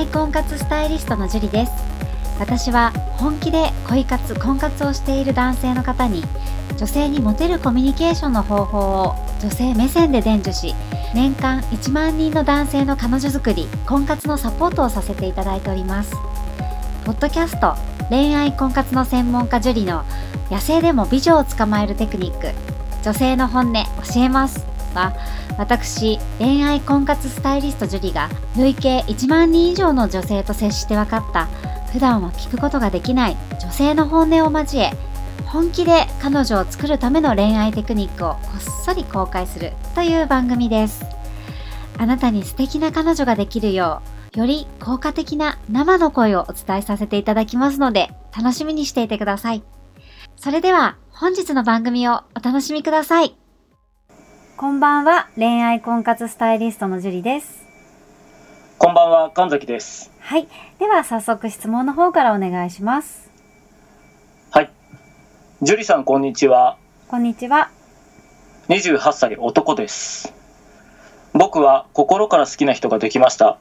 い婚活スタイリストのジュリです私は本気で恋活婚活をしている男性の方に女性にモテるコミュニケーションの方法を女性目線で伝授し年間1万人の男性の彼女作り婚活のサポートをさせていただいておりますポッドキャスト恋愛婚活の専門家ジュリの野生でも美女を捕まえるテクニック女性の本音教えますは私恋愛婚活スタイリストジュリが累計1万人以上の女性と接して分かった普段は聞くことができない女性の本音を交え本気で彼女を作るための恋愛テクニックをこっそり公開するという番組ですあなたに素敵な彼女ができるようより効果的な生の声をお伝えさせていただきますので楽しみにしていてくださいそれでは本日の番組をお楽しみくださいこんばんは恋愛婚活スタイリストのジュリですこんばんは、神崎です。はいでは早速質問の方からお願いしますはい。ジュリさん、こんにちは。こんにちは28歳男です。僕は心から好きな人ができました。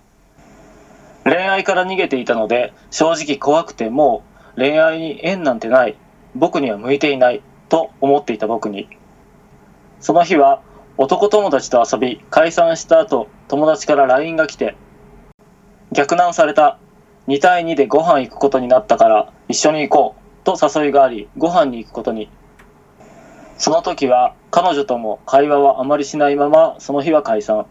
恋愛から逃げていたので、正直怖くてもう恋愛に縁なんてない、僕には向いていない、と思っていた僕に。その日は男友達と遊び、解散した後、友達から LINE が来て、逆難された。2対2でご飯行くことになったから一緒に行こうと誘いがありご飯に行くことにその時は彼女とも会話はあまりしないままその日は解散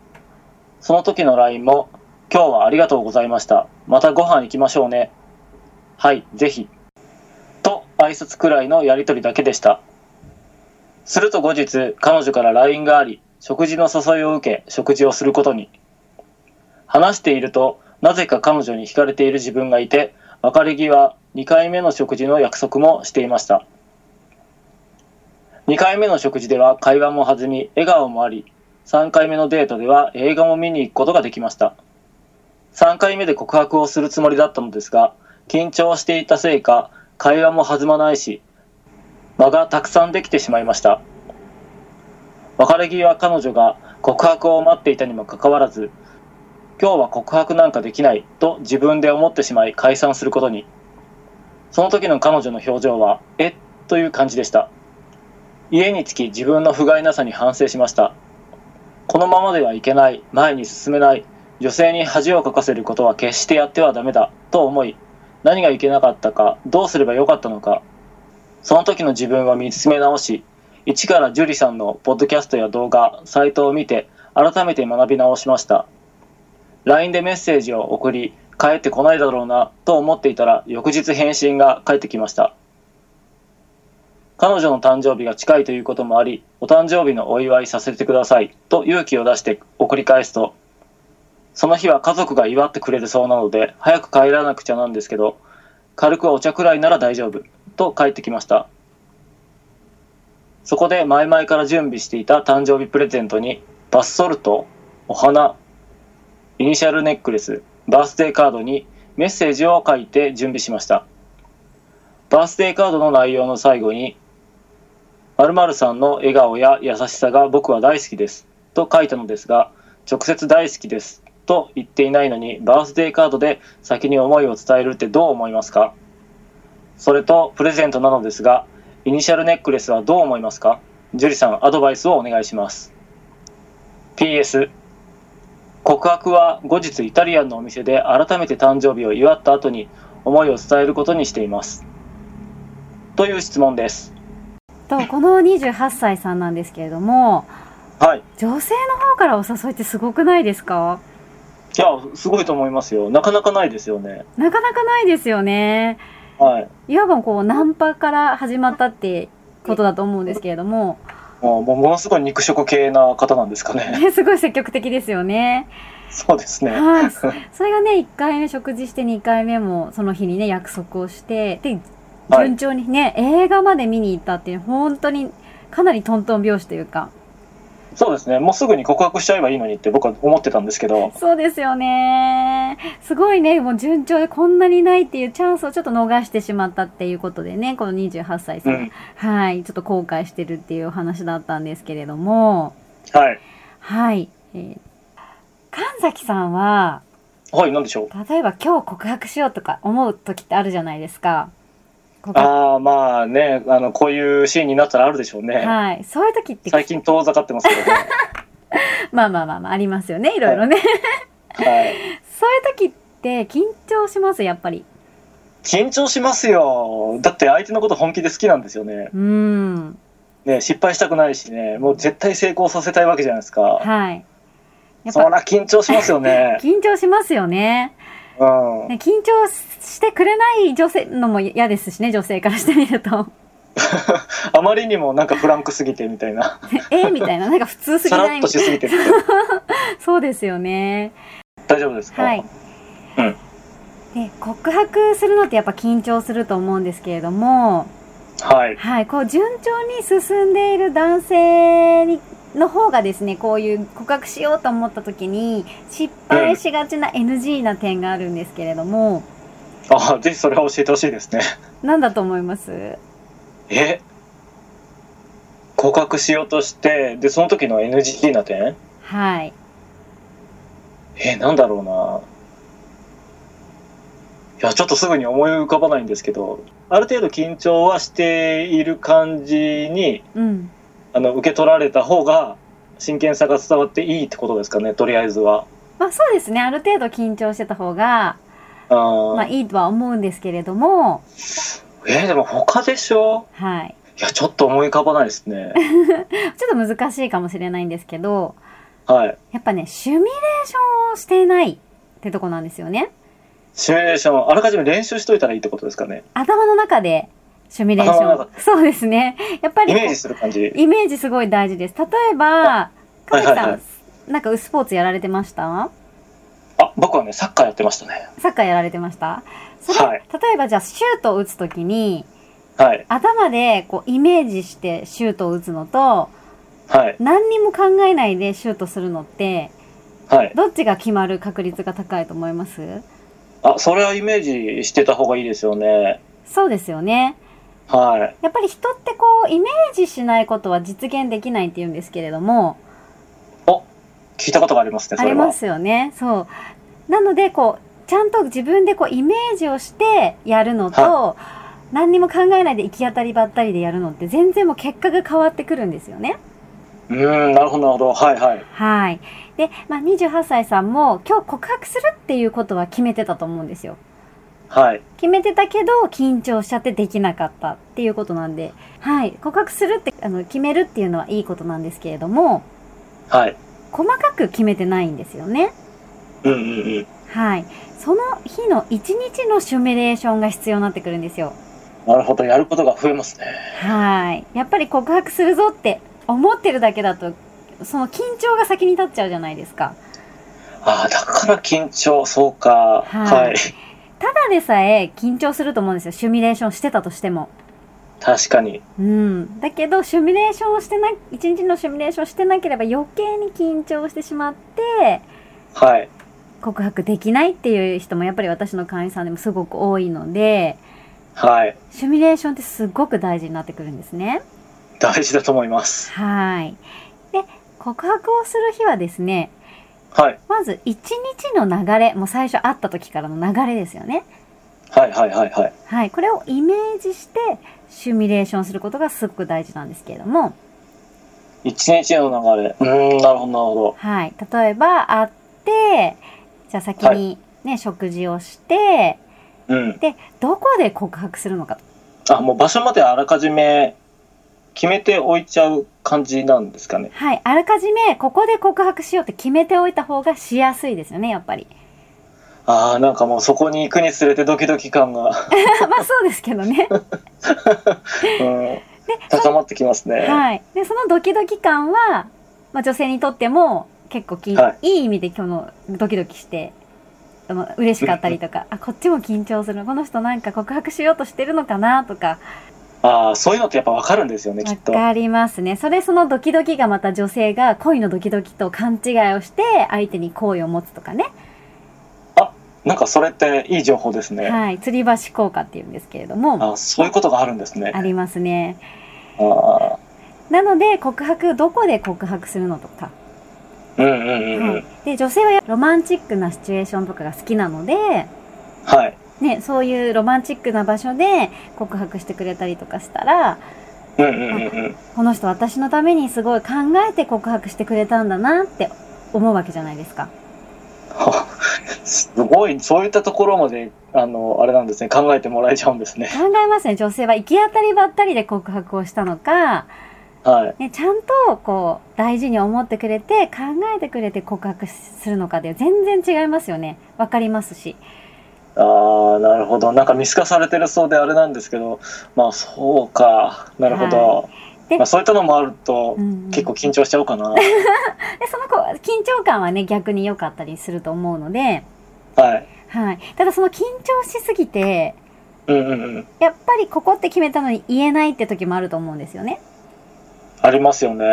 その時の LINE も「今日はありがとうございましたまたご飯行きましょうねはいぜひ」と挨拶くらいのやり取りだけでしたすると後日彼女から LINE があり食事の誘いを受け食事をすることに話しているとなぜか彼女に惹かれている自分がいて別れ際2回目の食事の約束もしていました2回目の食事では会話も弾み笑顔もあり3回目のデートでは映画も見に行くことができました3回目で告白をするつもりだったのですが緊張していたせいか会話も弾まないし間がたくさんできてしまいました別れ際彼女が告白を待っていたにもかかわらず今日は告白なんかできないと自分で思ってしまい解散することにその時の彼女の表情はえっという感じでした家に着き自分の不甲斐なさに反省しましたこのままではいけない前に進めない女性に恥をかかせることは決してやってはダメだと思い何がいけなかったかどうすればよかったのかその時の自分は見つめ直し一から樹里さんのポッドキャストや動画サイトを見て改めて学び直しました LINE でメッセージを送り帰ってこないだろうなと思っていたら翌日返信が返ってきました彼女の誕生日が近いということもありお誕生日のお祝いさせてくださいと勇気を出して送り返すとその日は家族が祝ってくれるそうなので早く帰らなくちゃなんですけど軽くお茶くらいなら大丈夫と帰ってきましたそこで前々から準備していた誕生日プレゼントにバスソルトお花イニシャルネックレス、バースデーカードにメッセージを書いて準備しました。バースデーカードの内容の最後に、〇〇さんの笑顔や優しさが僕は大好きですと書いたのですが、直接大好きですと言っていないのに、バースデーカードで先に思いを伝えるってどう思いますかそれとプレゼントなのですが、イニシャルネックレスはどう思いますか樹里さん、アドバイスをお願いします。PS 告白は後日イタリアンのお店で改めて誕生日を祝った後に思いを伝えることにしていますという質問ですとこの28歳さんなんですけれどもはい女性の方からお誘いってすごくないですかいやすごいと思いますよなかなかないですよねなかなかないですよねはいいわばこうナンパから始まったってことだと思うんですけれども、 もうもうものすごい肉食系な方なんですかね ね、すごい積極的ですよねそうですねはいそれがね1回目食事して2回目もその日にね約束をしてではい順調にね、映画まで見に行ったっていう本当にかなりトントン拍子というかそうですねもうすぐに告白しちゃえばいいのにって僕は思ってたんですけどそうですよね。すごいね、もう順調でこんなにないっていうチャンスをちょっと逃してしまったっていうことでね、この28歳さ、うんんはい、ちょっと後悔してるっていうお話だったんですけれども、はいはい、えー神崎さんは、はい、なんでしょう。例えば今日告白しようとか思う時ってあるじゃないですか。告白ああ、まあね、あの、こういうシーンになったらあるでしょうね。はい。そういう時って、最近遠ざかってますけどね。まあまあまあまあ、ありますよね。いろいろね。 はい。そういう時って緊張します、やっぱり。緊張しますよ。だって相手のこと本気で好きなんですよね。うーん。ね、失敗したくないしね、もう絶対成功させたいわけじゃないですか。はい。やっそぱ。ら緊張しますよね 緊張しますよね。うん。ね緊張してくれない女性のも嫌ですしね、女性からしてみると。 あまりにもなんかフランクすぎてみたいな。えーみたいな。なんか普通すぎさならいっみとたしいすぎて る。な。そうですよね。大丈夫ですかはい。うんで告白するのってやっぱ緊張すると思うんですけれども、はい。はい、こう順調に進んでいる男性にの方がですね、こういう告白しようと思った時に失敗しがちな NG な点があるんですけれども、あぜひそれは教えてほしいですね。なんだと思いますえ告白しようとして、で、その時の NGT な点はい。え、なんだろうな。いや、ちょっとすぐに思い浮かばないんですけど、ある程度緊張はしている感じに、うん。あの、受け取られた方が、真剣さが伝わっていいってことですかね、とりあえずは。まあそうですね、ある程度緊張してた方が、あまあーいいとは思うんですけれども、え、でも他でしょはい。いや、ちょっと思い浮かばないです ね。ちょっと難しいかもしれないんですけど、はい。やっぱね、シミュレーションをしていないってとこなんですよね。シミュレーション、あらかじめ練習しといたらいいってことですかね。頭の中でシミュレーシ頭のョン。そうですね。やっぱりイこうメージする感じ。イメージすごい大事です。例えば、かずきはいさはいはん、なんかスポーツやられてましたあ、僕はね、サッカーやってましたね。サッカーやられてましたそれ、はい例えばじゃあシュートを打つときに、はい。頭でこうイメージしてシュートを打つのと、はい。何にも考えないでシュートするのって、はい。どっちが決まる確率が高いと思いますあ、それはイメージしてた方がいいですよね。そうですよね。はい。やっぱり人ってこう、イメージしないことは実現できないって言うんですけれども、聞いたことがありますね、あそれりは。ますよね。そう。なので、こう、ちゃんと自分でこう、イメージをしてやるのと、何にも考えないで行き当たりばったりでやるのって、全然もう結果が変わってくるんですよね。うーん、なるほど、なるほど。はい、はい。はい。で、まあ、28歳さんも、今日告白するっていうことは決めてたと思うんですよ。はい。決めてたけど、緊張しちゃってできなかったっていうことなんで、はい。告白するって、あの、決めるっていうのはいいことなんですけれども、はい。細かく決めてないんですよね。うん、うん、うん。はい。その日の一日のシミュレーションが必要になってくるんですよ。なるほど、やることが増えますね。はい。やっぱり告白するぞって思ってるだけだと、その緊張が先に立っちゃうじゃないですか。ああ、だから緊張、そうか。はいはい。ただでさえ緊張すると思うんですよ。シミュレーションしてたとしても。確かに。うん。だけど、シミュレーションをしてな、一日のシミュレーションをしてなければ余計に緊張してしまって、はい。告白できないっていう人もやっぱり私の会員さんでもすごく多いので、はい。シミュレーションってすごく大事になってくるんですね。大事だと思います。はい。で、告白をする日はですね、はい。まず一日の流れ、もう最初会った時からの流れですよね。はい、はい、はい、はい。はい。これをイメージして、シミュレーションすることがすごく大事なんですけれども、一日の流れ。うーん、なるほど、なるほど。はい。例えば会って、じゃあ先はにね、食事をして、うん。で、どこで告白するのかと。あ、もう場所まであらかじめ決めておいちゃう感じなんですかね。はい。あらかじめ、ここで告白しようって決めておいた方がしやすいですよね、やっぱり。 ああ、なんかもうそこに行くにつれてドキドキ感が、まあそうですけど ね。うん、高まってきますね。はい。で、そのドキドキ感は、まあ、女性にとっても結構き、、はいい意味で今日のドキドキして、あの嬉しかったり とか、あ、こっちも緊張する。この人なんか告白しようとしてるのかなとか、ああ、そういうのってやっぱわかるんですよね、きわっと。かりますね。それそのドキドキがまた女性が恋のドキドキと勘違いをして、相手に好意を持つとかね。なんかそれっていい情報ですね。はい。吊り橋効果っていうんですけれどあも、ーそういうことがあるんですね。ありますね。あーなので、告白、どこで告白するのとか、うんうんうんうはんい。、で女性はロマンチックなシチュエーションとかが好きなので、はい。ね、そういうロマンチックな場所で告白してくれたりとかしたらうんうんうんうん。 この人私のためにすごい考えて告白してくれたんだなって思うわけじゃないですか。すごい、そういったところまで、あの、あれなんですね、考えてもらえちゃうんですね。考えますね女性は行き当たりばったりで告白をしたのか、はい。ね、ちゃんとこう大事に思ってくれて考えてくれて告白するのかで全然違いますよねわかりますしああ、なるほど。なんか見透かされてるそうであれなんですけど、まあそうか。なるほど。はでまあ、そういったのもあると、うん結構緊張しちゃおうかな。はでその子は緊張感はね逆に良かったりすると思うので、い。はい、ただその緊張しすぎてうんうんうん。やっぱりここって決めたのに言えないって時もあると思うんですよねありますよね。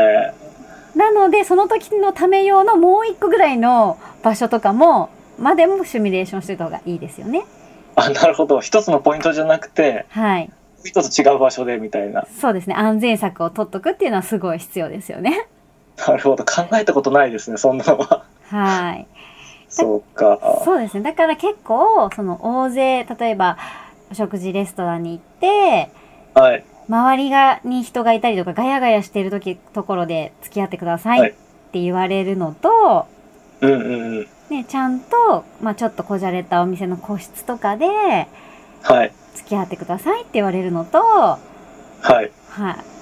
なのでその時のため用のもう一個ぐらいの場所とかもまでもシミュレーションしてた方がいいですよねあ、なるほど。一つのポイントじゃなくて、はい一つ違う場所でみたいな。そうですね安全策を取っとくっていうのはすごい必要ですよ ねなるほど。考えたことないですね、そんなの は。はいそうか。そうですねだから結構その大勢例えばお食事レストランに行ってはい。周りがに人がいたりとかガヤガヤしてる時ところで付き合ってくださはいいって言われるのと、うんうんうん。ね、ちゃんと、まあ、ちょっとこじゃれたお店の個室とかではい。付き合ってくださいって言われるのと、ははい。い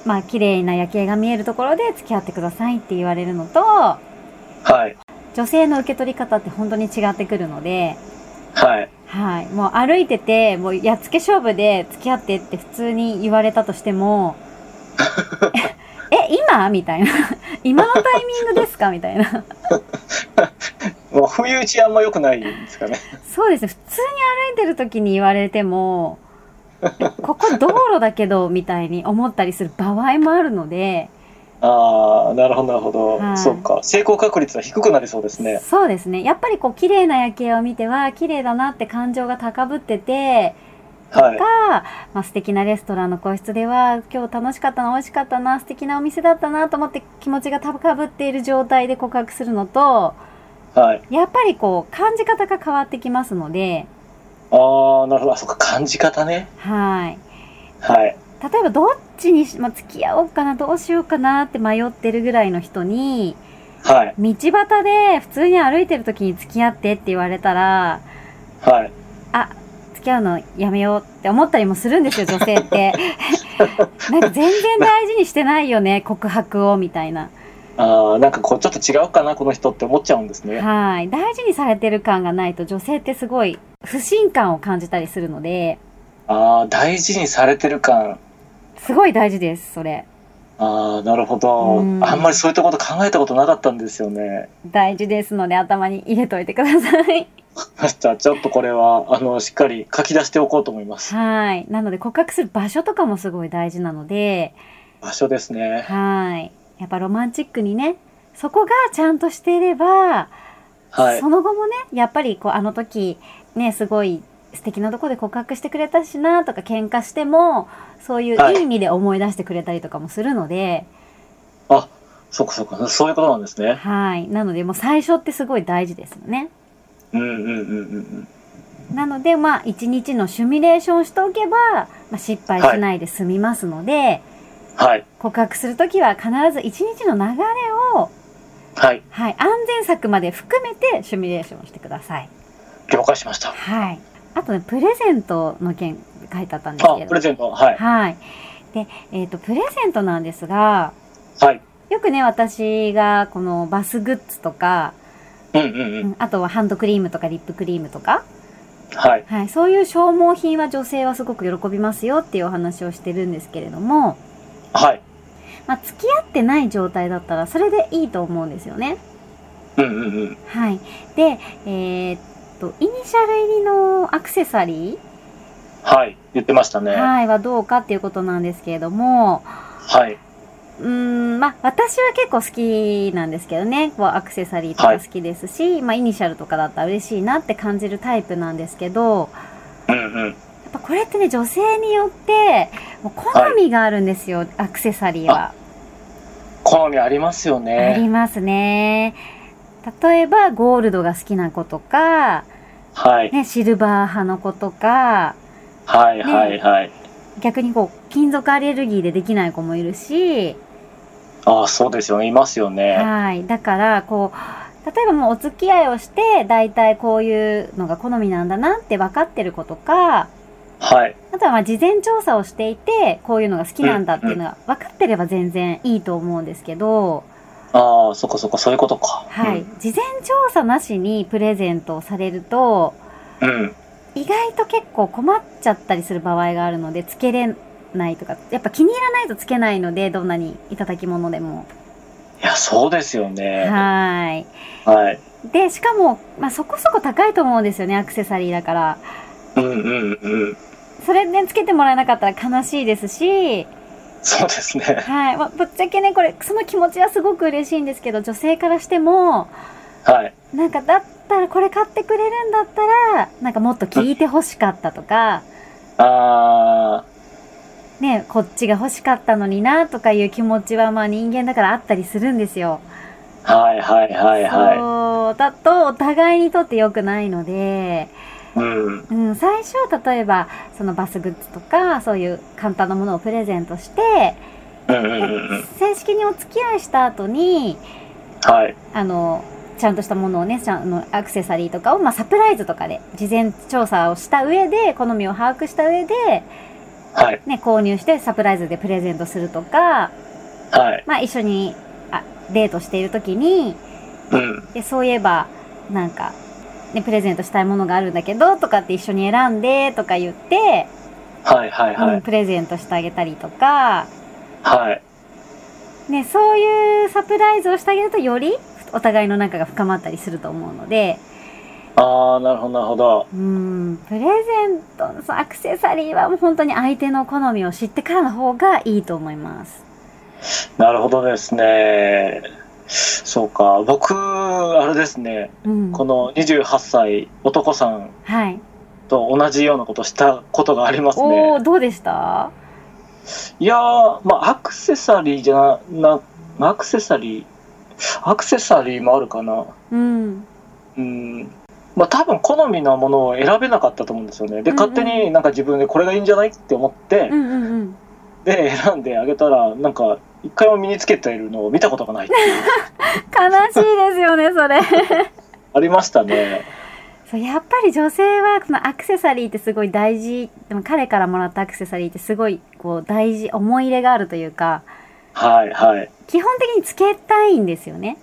まあ綺麗な夜景が見えるところで付き合ってくださいって言われるのとはい。女性の受け取り方って本当に違ってくるので、はい。はい、もう歩いててもうやっつけ勝負で付き合ってって普通に言われたとしてもえ今みたいな 今のタイミングですかみたいなまあ、不意打ちあんま良くないんですかね。そうですね普通に歩いてる時に言われてもえここ道路だけどみたいに思ったりする場合もあるのでああ、なるほど、なるほど。はいそうか。成功確率は低くなりそうですね。そうですねやっぱりこう綺麗な夜景を見ては綺麗だなって感情が高ぶっててはい。が、まあ、素敵なレストランの個室では今日楽しかったな美味しかったな素敵なお店だったなと思って気持ちが高ぶっている状態で告白するのとはい。やっぱりこう感じ方が変わってきますのでああ、なるほど。あ、そっか。感じ方ね。はいはい。例えばどっちにし、まあ、付き合おうかなどうしようかなって迷ってるぐらいの人にはい。道端で普通に歩いてる時に付き合ってって言われたらはい。付き合うのやめようって思ったりもするんですよ女性って なんか全然大事にしてないよね告白をみたいなああ、なんかこう、ちょっと違うかな、この人って思っちゃうんですね。はい。大事にされてる感がないと女性ってすごい不信感を感じたりするので、ああ、大事にされてる感。すごい大事です、それ。ああ、なるほど。うんあんまりそういったこと考えたことなかったんですよね。大事ですので頭に入れといてください。じゃあ、ちょっとこれは、あの、しっかり書き出しておこうと思います。はい。なので告白する場所とかもすごい大事なので、場所ですね。はい。やっぱロマンチックにね、そこがちゃんとしていれば、はいそ。の後もね、やっぱりこうあの時、ね、すごい素敵なとこで告白してくれたしなとか喧嘩しても、そういういい意味で思い出してくれたりとかもするので、あ、そっかそっか。そういうことなんですね。はい。なので、もう最初ってすごい大事ですよね。うんうんうんうんうん。なので、まあ、一日のシミュレーションをしておけば、まあ、失敗しないで済みますので、はい。告白するときは必ず一日の流れを、はい。はい、安全策まで含めてシミュレーションをしてください。了解しました。はい。あとね、プレゼントの件書いてあったんですあけ、プどレ。ゼント。はい。はい。で、えっ、と、プレゼントなんですが、はい。よくね、私が、このバスグッズとか、うんうんう。うんんあとはハンドクリームとかリップクリームとか、はい。はい、そういう消耗品は女性はすごく喜びますよっていうお話をしてるんですけれども、はい。まあ、付き合ってない状態だったらそれでいいと思うんですよね。うんうんうん。はい、で、えーっとイニシャル入りのアクセサリはい。言ってましたね。ー、ははい、はどうかっていうことなんですけれどもい。うーん、まあ、私は結構好きなんですけどねこうアクセサリーとか好きですし、まあ、イニシャルとかだったら嬉しいなって感じるタイプなんですけど、うんうん。やっぱこれってね女性によってもう好みがあるんですよ、アクセサリーは好みありますよありね。ますね例えばゴールドが好きな子とか、はい。ね、シルバー派の子とかはい、はい、はい。逆にこう金属アレルギーでできない子もいるし、ああ、そうですよね。いますよね。はい。だから、こう、例えばもうお付き合いをして、大体こういうのが好みなんだなって分かってる子とか、はい。あとはまあ事前調査をしていて、こういうのが好きなんだっていうのが分かってれば全然いいと思うんですけど、ああ、そっかそっか、そういうことか。はい。事前調査なしにプレゼントをされると、うん。うん。意外と結構困っちゃったりする場合があるので、つけれないとか、やっぱ気に入らないとつけないので、どんなにいただき物でも。いや、そうですよね。はい。はい。で、しかも、まあ、そこそこ高いと思うんですよね、アクセサリーだから。うんうんうん。それでつけてもらえなかったら悲しいですし、そうですね。 はい。まあ、ぶっちゃけね、これ、その気持ちはすごく嬉しいんですけど、女性からしても、はい。なんか、だったら、これ買ってくれるんだったら、なんかもっと聞いて欲しかったとか、ああ、ね、こっちが欲しかったのにな、とかいう気持ちは、まあ人間だからあったりするんですよ。はいはいはいはそう、だと、お互いにとって良くないので、い。うん。うん、最初例えばそのバスグッズとかそういう簡単なものをプレゼントしてうんうんうんうん。正式にお付き合いした後にはい。あのちゃんとしたものをねちゃんあのアクセサリーとかを、まあ、サプライズとかで事前調査をした上で好みを把握した上で、はい。ね、購入してサプライズでプレゼントするとか、はい。まあ、一緒にあデートしている時にうん。でそういえばなんか、ね、プレゼントしたいものがあるんだけどとかって一緒に選んでとか言って。はいはいはうん、い。プレゼントしてあげたりとか、はい。ね、そういうサプライズをしてあげるとよりお互いの仲が深まったりすると思うので、ああ、なるほどなるほど。うん、プレゼントのそのアクセサリーはもう本当に相手の好みを知ってからの方がいいと思います。なるほどですね。そうか。僕、あれですね。うん、この28歳男さんはい。と同じようなことしたことがありますおね。おどうでしたいやー、まあ、アクセサリーじゃな、な、アクセサリー、アクセサリーもあるかな。うん。うんまあ多分好みのものを選べなかったと思うんですよね。で、うんうん勝手になんか自分でこれがいいんじゃないって思ってう、んうんうん。で、選んであげたら、なんか一回も身につけているのを見たことがないっていう悲しいですよね、それ。ありましたね。そう、やっぱり女性はこのアクセサリーってすごい大事、でも彼からもらったアクセサリーってすごいこう大事、思い入れがあるというか、はいはい。基本的につけたいんですよね。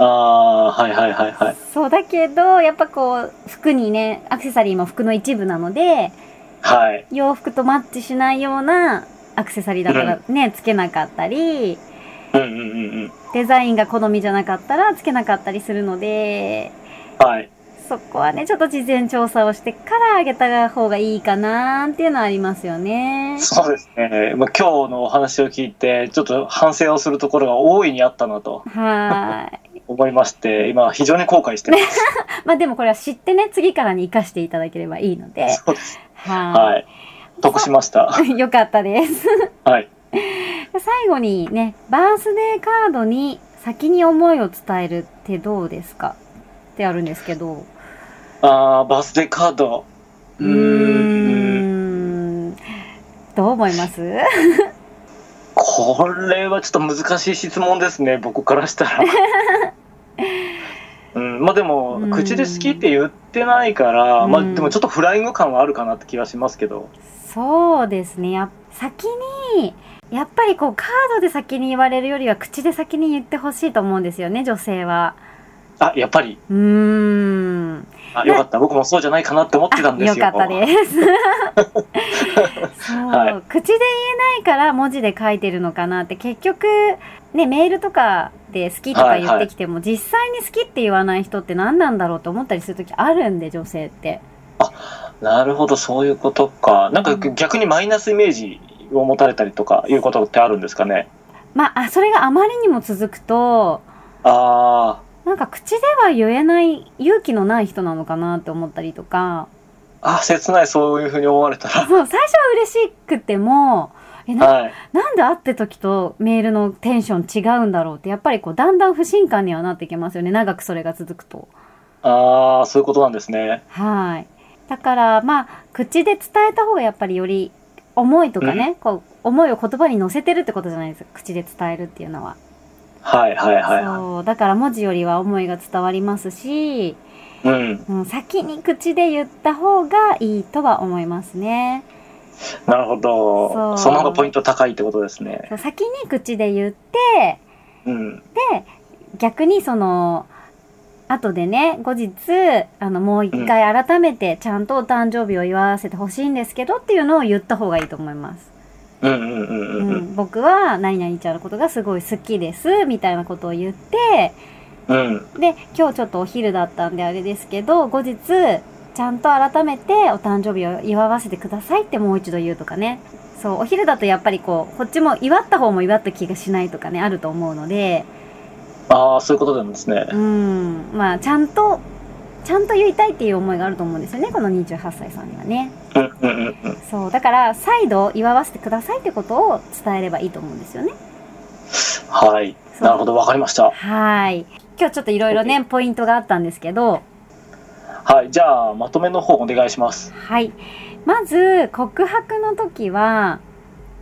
ああ、はいはいはいはい。そうだけど、やっぱこう、服にね、アクセサリーも服の一部なので、はい。洋服とマッチしないようなアクセサリーだからね、つけなかったり、うんうんうんうん。デザインが好みじゃなかったらつけなかったりするので、はい。そこはね、ちょっと事前調査をしてからあげた方がいいかなっていうのはありますよね。そうですね。まあ今日のお話を聞いて、ちょっと反省をするところが大いにあったなとはーい。思いまして、今非常に後悔してます。まあでもこれは知ってね、次からに活かしていただければいいので。そうです。ははい。得しました。い。よかったです。はい。最後にね、バースデーカードに先に思いを伝えるってどうですかってあるんですけど。ああ、バースデーカード。うーん。うーんどう思いますこれはちょっと難しい質問ですね、僕からした ら。うん、まあでもう、ん口で好きって言ってないから、まあうんでもちょっとフライング感はあるかなって気はしますけど。そうですね。や先に、やっぱりこうカードで先に言われるよりは口で先に言ってほしいと思うんですよね、女性は。あ、やっぱり。うーん。あ、よかった。僕もそうじゃないかなって思ってたんですよ。あよかった です。そう、はい口で言えないから文字で書いてるのかなって結局ねメールとかで好きとか言ってきても、実際に好きって言わない人って何なんだろうと思ったりする時あるんで女性って。なるほど、そういうことか。なんかうん逆にマイナスイメージを持たれたりとかいうことってあるんですかね。まああそれがあまりにも続くとあなんか口では言えない勇気のない人なのかなって思ったりとかあ、あ、切ない、そういうふうに思われたら。そう最初は嬉しくてもえな はい。なんで会って時とメールのテンション違うんだろうってやっぱりこうだんだん不信感にはなってきますよね長くそれが続くと。ああ、そういうことなんですね。はい。だから、まあ、口で伝えた方がやっぱりより思いとかね、こう、思いを言葉に乗せてるってことじゃないですか。口で伝えるっていうのは。はいはいはいはそう。だから文字よりは思いが伝わりますし、い。うん。うん、先に口で言った方がいいとは思いますね。なるほど。そそうの方がポイント高いってことですね。そう先に口で言って、うん。逆にその、後でね、後日、あの、もう一回改めてちゃんとお誕生日を言わせてほしいんですけどっていうのを言った方がいいと思います。うんうんうんうんう。うんん、僕は何々ちゃんのことがすごい好きですみたいなことを言ってうん。で今日ちょっとお昼だったんであれですけど後日ちゃんと改めてお誕生日を祝わせてくださいってもう一度言うとかねそうお昼だとやっぱりこうこっちも祝った方も祝った気がしないとかねあると思うのでああ、そういうことなんですねう。んまあちゃんとちゃんと言いたいっていう思いがあると思うんですよねこの28歳さんにはねうんうんうんうん。そうだから再度祝わせてくださいってことを伝えればいいと思うんですよねはい。そうなるほど、わかりました。はい。今日ちょっといろいろね、ポイントがあったんですけど、はい。じゃあ、まとめの方お願いします。はい。まず、告白の時は、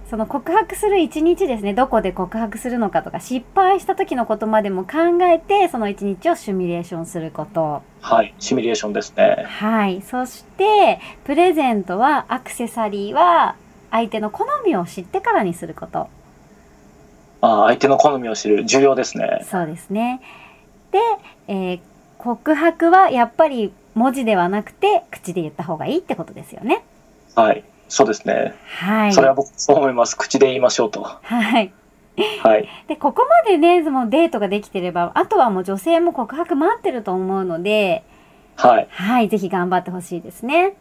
その告白する一日ですね、どこで告白するのかとか、失敗した時のことまでも考えて、その一日をシミュレーションすること。はい。シミュレーションですね。はい。そして、プレゼントは、アクセサリーは、相手の好みを知ってからにすること。ああ、相手の好みを知る。重要ですね。そうですね。で、えー告白はやっぱり文字ではなくて、口で言った方がいいってことですよね。はい。そうですね。はい。それは僕、そう思います。口で言いましょうと。ははい。い。で、ここまでね、もうデートができてれば、あとはもう女性も告白待ってると思うので、はい。はい、ぜひ頑張ってほしいですね。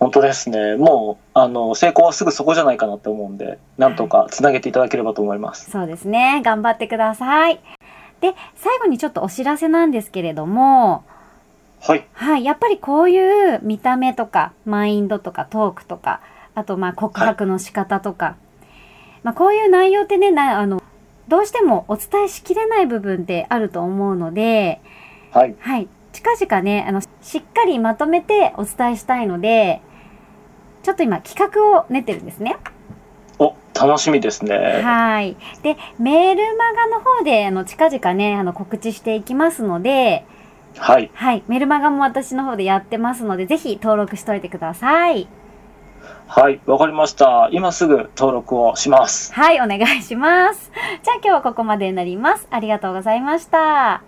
本当ですね。もう、あの、成功はすぐそこじゃないかなって思うんで、なんとかつなげていただければと思います。そうですね。頑張ってください。で、最後にちょっとお知らせなんですけれども、はい。はい、やっぱりこういう見た目とか、マインドとか、トークとか、あとまあ告白の仕方とか、まあこういう内容ってね、なあの、どうしてもお伝えしきれない部分ってあると思うので、はい。はい。近々ね、あの、しっかりまとめてお伝えしたいので、ちょっと今企画を練ってるんですね。お、楽しみですね。はい。で、メールマガの方で、あの、近々ね、あの、告知していきますので、はい。はい。メルマガも私の方でやってますので、ぜひ登録しといてください。はい。わかりました。今すぐ登録をします。はい、お願いします。じゃあ今日はここまでになります。ありがとうございました。あ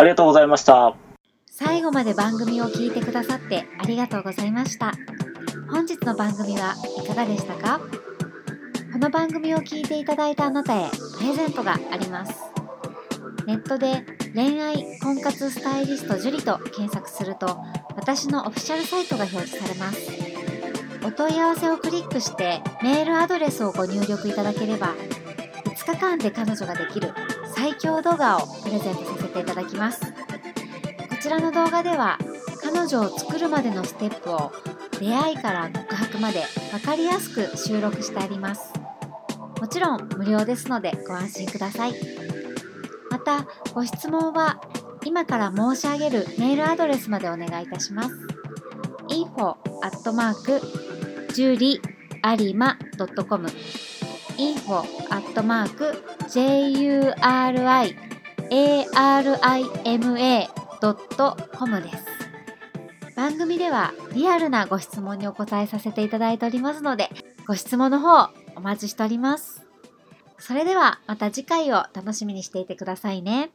りがとうございました。最後まで番組を聞いてくださってありがとうございました本日の番組はいかがでしたかこの番組を聞いていただいたあなたへプレゼントがありますネットで恋愛婚活スタイリスト樹里と検索すると私のオフィシャルサイトが表示されますお問い合わせをクリックしてメールアドレスをご入力いただければ5日間で彼女ができる最強動画をプレゼントさせていただきますこちらの動画では彼女を作るまでのステップを出会いから告白まで分かりやすく収録してありますもちろん無料ですのでご安心くださいまたご質問は今から申し上げるメールアドレスまでお願いいたします info at mark juriarima.com info at mark juriarima .com です番組ではリアルなご質問にお答えさせていただいておりますのでご質問の方お待ちしておりますそれではまた次回を楽しみにしていてくださいね